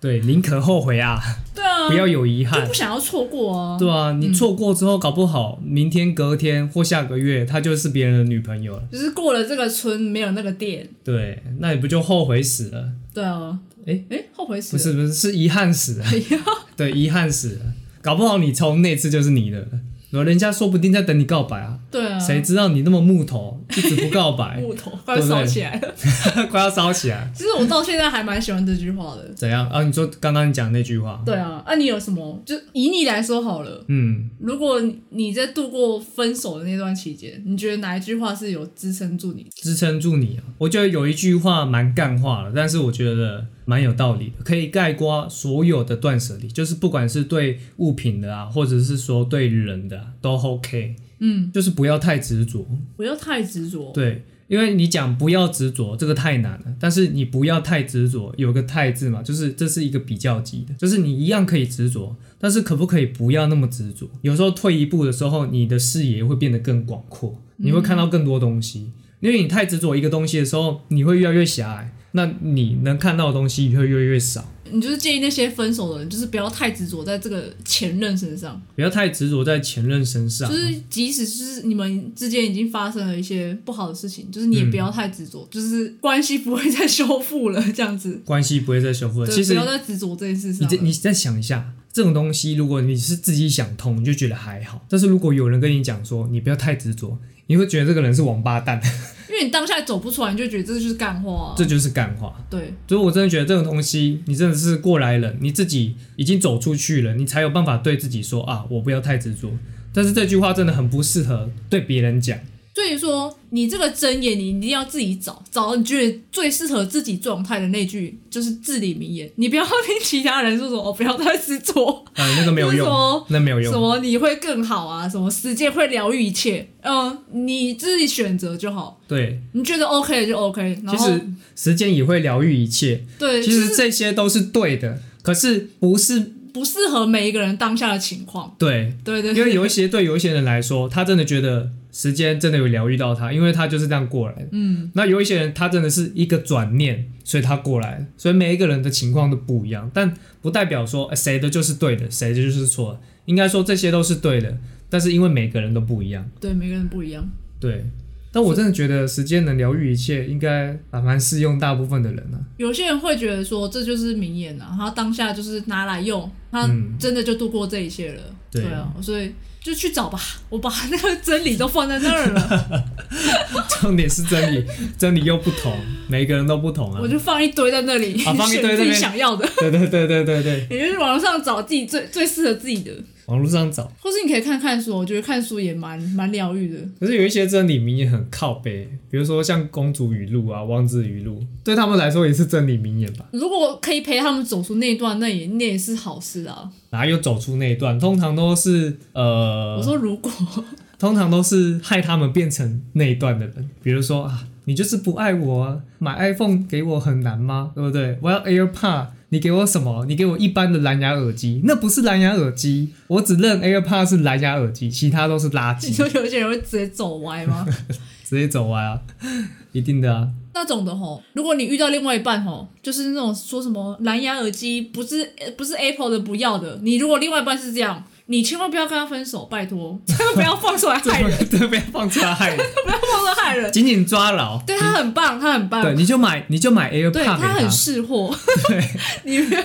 Speaker 2: 对，宁可后悔啊，
Speaker 1: 对啊，
Speaker 2: 不要有遗
Speaker 1: 就
Speaker 2: 憾
Speaker 1: 不。想要错过啊。
Speaker 2: 对啊，你错过之后，搞不好明天、隔天或下个月，她就是别人的女朋友了。
Speaker 1: 就是过了这个村没有那个店，
Speaker 2: 对，那你不就后悔死了？
Speaker 1: 对啊，
Speaker 2: 诶
Speaker 1: 诶，后悔死
Speaker 2: 不
Speaker 1: 了，
Speaker 2: 是不是，是遗憾死
Speaker 1: 哎
Speaker 2: 了。 <laughs> 对，遗憾死了。搞不好你从那次就是你的了，然后人家说不定在等你告白啊，
Speaker 1: 对啊，
Speaker 2: 谁知道你那么木头，一直不
Speaker 1: <laughs>
Speaker 2: 告白，
Speaker 1: 木头快烧起来了。
Speaker 2: <laughs> 快要烧起来。
Speaker 1: 其实我到现在还蛮喜欢这句话的。
Speaker 2: 怎样啊？你说刚刚你讲那句话，
Speaker 1: 对啊，那、你有什么？就以你来说好了，
Speaker 2: 嗯，
Speaker 1: 如果你在度过分手的那段期间，你觉得哪一句话是有支撑住你？
Speaker 2: 支撑住你啊。我觉得有一句话蛮干话的，但是我觉得蛮有道理的，可以概括所有的断舍离，就是不管是对物品的啊，或者是说对人的、啊，都 OK。嗯，就是不要太执着。
Speaker 1: 不要太执着。
Speaker 2: 对，因为你讲不要执着，这个太难了。但是你不要太执着，有个太字嘛，就是这是一个比较级的，就是你一样可以执着，但是可不可以不要那么执着？有时候退一步的时候，你的视野会变得更广阔，你会看到更多东西。因为你太执着一个东西的时候，你会越来越狭隘，那你能看到的东西会越来越少。
Speaker 1: 你就是建议那些分手的人，就是不要太执着在这个前任身上，
Speaker 2: 不要太执着在前任身上
Speaker 1: 就，是即使是你们之间已经发生了一些不好的事情，就是你也不
Speaker 2: 嗯
Speaker 1: 要太执着，就是关系不会再修复了这样子。
Speaker 2: 关系不会再修复了。
Speaker 1: 对
Speaker 2: 其实
Speaker 1: 不要再执着这件事
Speaker 2: 你
Speaker 1: 上
Speaker 2: 再
Speaker 1: 了。
Speaker 2: 你再想一下，这种东西，如果你是自己想通，你就觉得还好；但是如果有人跟你讲说你不要太执着，你会觉得这个人是王八蛋，
Speaker 1: 因为你当下走不出来，你就觉得这就是干话、啊。
Speaker 2: 这就是干话。
Speaker 1: 对，
Speaker 2: 所以我真的觉得这种东西，你真的是过来人，你自己已经走出去了，你才有办法对自己说啊，我不要太执着。但是这句话真的很不适合对别人讲，
Speaker 1: 所以说你这个箴言，你一定要自己找，找你觉得最适合自己状态的那句，就是至理名言。你不要听其他人说什么哦，不要太执着，
Speaker 2: 啊，那个没有
Speaker 1: 就是什
Speaker 2: 用
Speaker 1: 么，
Speaker 2: 那没有
Speaker 1: 什
Speaker 2: 用。
Speaker 1: 么你会更好啊，什么时间会疗愈一切，嗯，你自己选择就好，
Speaker 2: 对，
Speaker 1: 你觉得 OK 就 OK。然
Speaker 2: 其
Speaker 1: 后
Speaker 2: 实时间也会疗愈一切，
Speaker 1: 对，
Speaker 2: 其
Speaker 1: 就
Speaker 2: 实
Speaker 1: 是
Speaker 2: 这些都是对的，可是不是
Speaker 1: 不适合每一个人当下的情况。
Speaker 2: 对，
Speaker 1: 对 <laughs> 对
Speaker 2: 因
Speaker 1: 对，
Speaker 2: 为有一些对有一些人来说，他真的觉得时间真的有疗愈到他，因为他就是这样过来的。嗯，那有一些人他真的是一个转念，所以他过来了，所以每一个人的情况都不一样，但不代表说、呃谁的就是对的，谁的就是错的。应该说这些都是对的，但是因为每个人都不一样，
Speaker 1: 对每个人不一样。
Speaker 2: 对。但我真的觉得时间能疗愈一切，应该还蛮适用大部分的人啊。 <laughs>
Speaker 1: 有些人会觉得说这就是名言啊，他当下就是拿来用，他真的就度过这一切了。
Speaker 2: 嗯对
Speaker 1: 啊，所以就去找吧，我把那个真理都放在那儿
Speaker 2: <laughs>
Speaker 1: 了，
Speaker 2: 重点是真理，真理又不同，每个人都不同啊
Speaker 1: 我。就放一堆在那里，
Speaker 2: 啊放一
Speaker 1: 选
Speaker 2: 堆在那
Speaker 1: 自
Speaker 2: 边
Speaker 1: 己想要的。
Speaker 2: 对对对对对对，
Speaker 1: 你就是网络上找自己最最适合自己的，
Speaker 2: 网络上找。
Speaker 1: 或是你可以看看书，我觉得看书也蛮蛮疗愈的。
Speaker 2: 可是有一些真理名言很靠背，比如说像《公主语录》啊，《王子语录》，对他们来说也是真理名言吧？
Speaker 1: 如果可以陪他们走出那一段，那也那也是好事啊。
Speaker 2: 哪有走出那一段？通常都是
Speaker 1: 我
Speaker 2: 呃，
Speaker 1: 说如果， <laughs>
Speaker 2: 通常都是害他们变成那一段的人，比如说啊，你就是不爱我啊，买 iPhone 给我很难吗？对不对？我要 AirPod。你给我什么？你给我一般的蓝牙耳机，那不是蓝牙耳机，我只认 AirPod 是蓝牙耳机，其他都是垃
Speaker 1: 你
Speaker 2: 圾，
Speaker 1: 说有些人会直接走歪吗？
Speaker 2: 直接走歪啊， <laughs> 一定的啊，
Speaker 1: 那种的吼，如果你遇到另外一半吼，就是那种说什么蓝牙耳机不是呃不是 Apple 的不要的，你如果另外一半是这样，你千万不要跟他分手，拜托， <laughs> 千万不要放出来
Speaker 2: 这
Speaker 1: 害人，
Speaker 2: 这被放出来害人。
Speaker 1: 不要放出来害人。
Speaker 2: 紧紧抓牢。
Speaker 1: 对他很棒，他很棒，
Speaker 2: 对，
Speaker 1: 对
Speaker 2: 你就买，你就买 AirPod 给
Speaker 1: 他很
Speaker 2: 他。
Speaker 1: 识货。对， <laughs> 你不要，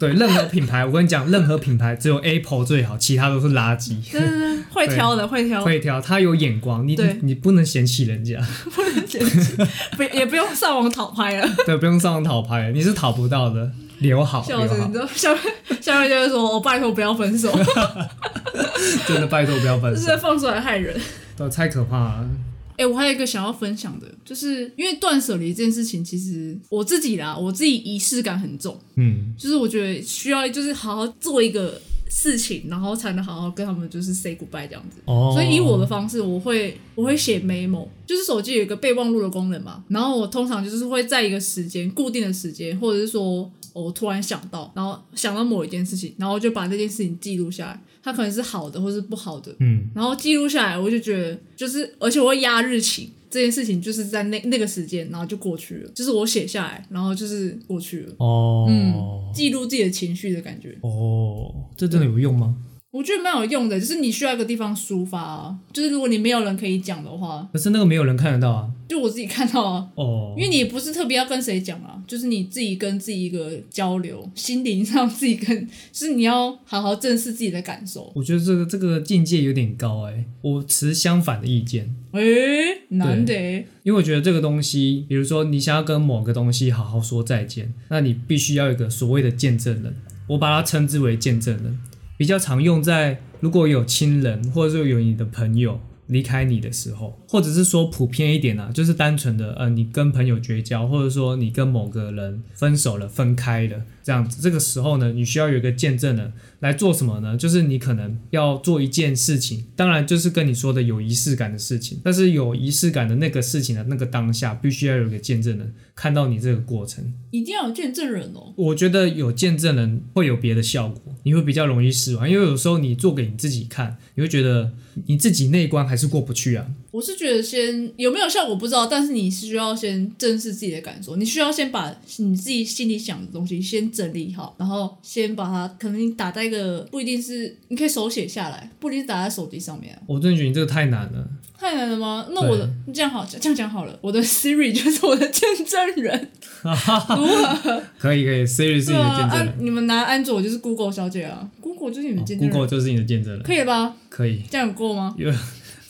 Speaker 2: 对，任何品牌，我跟你讲，任何品牌只有 Apple 最好，其他都是垃圾。
Speaker 1: 对对对，会挑的会挑，
Speaker 2: 会挑，他有眼光，你
Speaker 1: 哦对
Speaker 2: 你不能嫌弃人家。 <laughs>
Speaker 1: 不能嫌弃，不也不用上网讨拍了。
Speaker 2: 对，不用上网讨拍，你是讨不到的，留好
Speaker 1: 笑
Speaker 2: 留
Speaker 1: 死，你
Speaker 2: 好
Speaker 1: 知，道下面下面就会说，哦、拜托不要分手，
Speaker 2: 真的拜托不要分
Speaker 1: 就是啊在，
Speaker 2: 手
Speaker 1: 放出来害人。
Speaker 2: 对，太可怕了。
Speaker 1: 哎、我还有一个想要分享的，就是因为断舍离这件事情，其实我自己啦，我自己仪式感很重，
Speaker 2: 嗯，
Speaker 1: 就是我觉得需要就是好好做一个事情，然后才能好好跟他们就是 say goodbye 这样子。
Speaker 2: 哦，
Speaker 1: 所以以我的方式，我会我会写 memo，就是手机有一个备忘录的功能嘛。然后我通常就是会在一个时间固定的时间，或者是说、哦我突然想到，然后想到某一件事情，然后我就把这件事情记录下来，它可能是好的或是不好的，
Speaker 2: 嗯，
Speaker 1: 然后记录下来，我就觉得就是，而且我会压日期。这件事情就是在那那个时间，然后就过去了。就是我写下来，然后就是过去了，
Speaker 2: 哦，
Speaker 1: 嗯记录自己的情绪的感觉。
Speaker 2: 哦，这真的有用吗？
Speaker 1: 我觉得蛮有用的，就是你需要一个地方抒发、啊，就是如果你没有人可以讲的话，
Speaker 2: 可是那个没有人看得到啊。
Speaker 1: 就我自己看到啊，
Speaker 2: 哦，
Speaker 1: 因为你也不是特别要跟谁讲啊，就是你自己跟自己一个交流，心灵上自己跟，就是你要好好正视自己的感受。
Speaker 2: 我觉得这个这个境界有点高哎、我持相反的意见。
Speaker 1: 诶、难得、欸，
Speaker 2: 因为我觉得这个东西，比如说你想要跟某个东西好好说再见，那你必须要有一个所谓的见证人，我把它称之为见证人，比较常用在如果有亲人或者说有你的朋友离开你的时候，或者是说普遍一点啊，就是单纯的呃你跟朋友绝交，或者说你跟某个人分手了、分开了这样子，这个时候呢，你需要有一个见证人来做什么呢？就是你可能要做一件事情，当然就是跟你说的有仪式感的事情。但是有仪式感的那个事情的那个当下，必须要有一个见证人看到你这个过程。
Speaker 1: 一定要有见证人哦。
Speaker 2: 我觉得有见证人会有别的效果，你会比较容易释怀，因为有时候你做给你自己看，你会觉得你自己那一关还是过不去啊。
Speaker 1: 我是觉得先有没有效果不知道，但是你是需要先正视自己的感受，你需要先把你自己心里想的东西先整理好，然后先把它可能你打在一个不一定是你可以手写下来，不一定是打在手机上面啊、
Speaker 2: 我真的觉得你这个太难了。
Speaker 1: 太难了吗？那我的这样好这样讲好了，我的 Siri 就是我
Speaker 2: 啊
Speaker 1: 的见证人，如何？
Speaker 2: 可以可以，Siri 是
Speaker 1: 对
Speaker 2: 你的
Speaker 1: 啊，
Speaker 2: 见证
Speaker 1: 安
Speaker 2: 人、
Speaker 1: 你们拿安卓我就是 Google 小姐啊，Google 就是你们
Speaker 2: 哦
Speaker 1: 见证人，
Speaker 2: ，Google 就是你的见证人，
Speaker 1: 可以了吧？
Speaker 2: 可以，
Speaker 1: 这样有过吗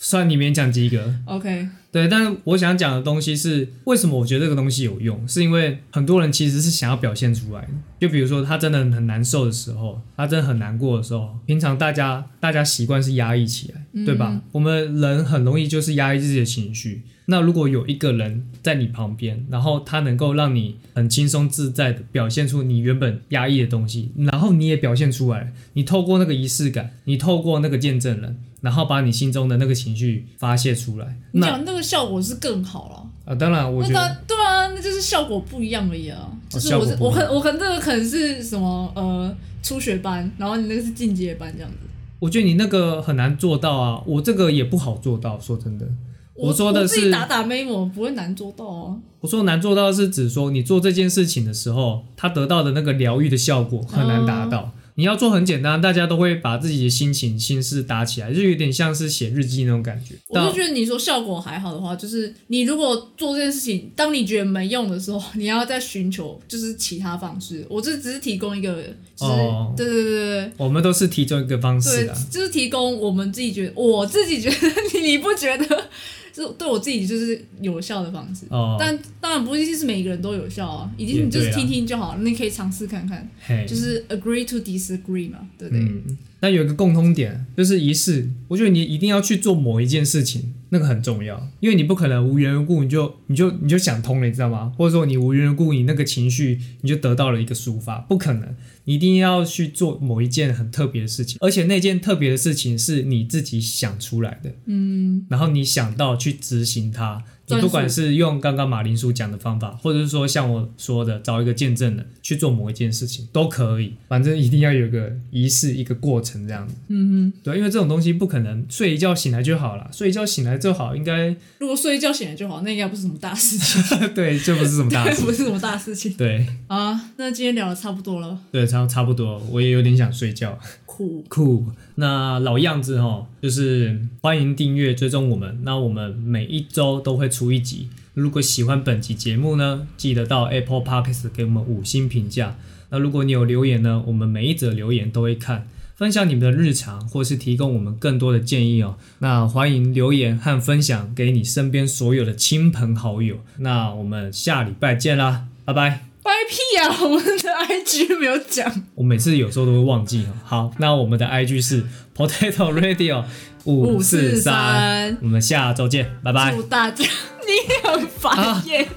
Speaker 2: 算你勉强及格。
Speaker 1: ？OK，
Speaker 2: 对，但我想讲的东西是，为什么我觉得这个东西有用，是因为很多人其实是想要表现出来的。就比如说他真的很难受的时候，他真的很难过的时候，平常大家大家习惯是压抑起来，对吧？我们人很容易就是压抑自己的情绪。那如果有一个人在你旁边，然后他能够让你很轻松自在的表现出你原本压抑的东西，然后你也表现出来，你透过那个仪式感，你透过那个见证人，然后把你心中的那个情绪发泄出来，
Speaker 1: 你
Speaker 2: 那
Speaker 1: 讲那个效果是更好了。
Speaker 2: 啊，当然，我
Speaker 1: 那
Speaker 2: 觉得哦
Speaker 1: 当对啊，那就是效果不一样而已啊。就是
Speaker 2: 效
Speaker 1: 我
Speaker 2: 果
Speaker 1: 是
Speaker 2: 不一
Speaker 1: 我
Speaker 2: 样
Speaker 1: 可我可能这个可能是什么呃初学班，然后你那个是进阶班这样子。
Speaker 2: 我觉得你那个很难做到啊，我这个也不好做到。说真的，
Speaker 1: 我
Speaker 2: 我说的是
Speaker 1: 自己打打 memo 不会难做到啊。
Speaker 2: 我说难做到是指说你做这件事情的时候，它得到的那个疗愈的效果很难达到。
Speaker 1: 哦
Speaker 2: 你要做很简单，大家都会把自己的心情、心事打起来，就有点像是写日记那种感觉。
Speaker 1: 我
Speaker 2: 但
Speaker 1: 就觉得你说效果还好的话，就是你如果做这件事情，当你觉得没用的时候，你要再寻求就是其他方式。我这只是提供一个，就是、
Speaker 2: 哦
Speaker 1: 对对对对对。
Speaker 2: 我们都是其中一个方式
Speaker 1: 对
Speaker 2: 啊。，
Speaker 1: 就是提供我们自己觉得，我自己觉得 <laughs> 你不觉得，是对我自己就是有效的方式。
Speaker 2: 哦，
Speaker 1: 但当然不一定是每个人都有效啊，一定
Speaker 2: 也
Speaker 1: 你就是
Speaker 2: 对啊
Speaker 1: 听听就好，那你可以尝试看看，
Speaker 2: 嘿
Speaker 1: 就是 agree to disagree 嘛，对不对？
Speaker 2: 嗯，那有一个共通点就是仪式，我觉得你一定要去做某一件事情，那个很重要，因为你不可能无缘无故你就你就你就想通了，你知道吗？或者说你无缘无故你那个情绪你就得到了一个抒发，不可能，你一定要去做某一件很特别的事情，而且那件特别的事情是你自己想出来的，嗯，然后你想到去执行它。你
Speaker 1: 专
Speaker 2: 不
Speaker 1: 属
Speaker 2: 管是用刚刚马铃薯讲的方法，或者是说像我说的找一个见证人去做某一件事情都可以，反正一定要有个仪式，一个过程这样子。嗯嗯，对，因为这种东西不可能睡一觉醒来就好了，睡一觉醒来就好，应该 <laughs>
Speaker 1: 如果睡一觉醒来就好，那应该不是什么大事情，
Speaker 2: 对，这不是什么大事。
Speaker 1: <laughs> 不是什么大事情
Speaker 2: 对
Speaker 1: 啊。那今天聊的差不多了，
Speaker 2: 对，差差不多，我也有点想睡觉。
Speaker 1: 苦，
Speaker 2: 酷，那老样子哦，就是欢迎订阅追踪我们。那我们每一周都会出一集。如果喜欢本集节目呢，记得到 Apple Podcast 给我们五星评价。那如果你有留言呢，我们每一则留言都会看，分享你们的日常，或是提供我们更多的建议哦。那欢迎留言和分享给你身边所有的亲朋好友。那我们下礼拜见啦，拜拜。
Speaker 1: 掰屁啊！ <laughs> 我们的 IG 没有讲，
Speaker 2: 我每次有时候都会忘记哦。好，那我们的 IG 是 Potato Radio <laughs> 五四
Speaker 1: 543
Speaker 2: 三，我们下周见，拜拜
Speaker 1: 祝。大家你很烦耶！
Speaker 2: 啊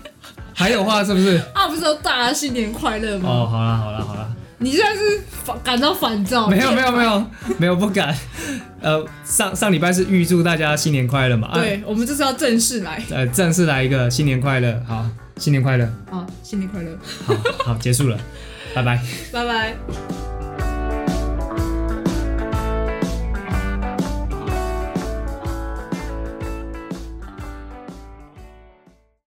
Speaker 2: 还有话是不 <laughs> 是？
Speaker 1: 啊，不是说大家新年快乐
Speaker 2: 哦，
Speaker 1: 吗？
Speaker 2: 好啦好啦好啦，
Speaker 1: 你现在是反感到烦躁？
Speaker 2: 没有没有没 <laughs> 有没有不敢。呃，上上礼拜是预祝大家新年快乐嘛，啊，
Speaker 1: 对，我们这次要正式来
Speaker 2: 呃，正式来一个新年快乐，好，新年快乐，
Speaker 1: 啊！新年快乐，
Speaker 2: 好好结束了，拜拜。
Speaker 1: 拜拜。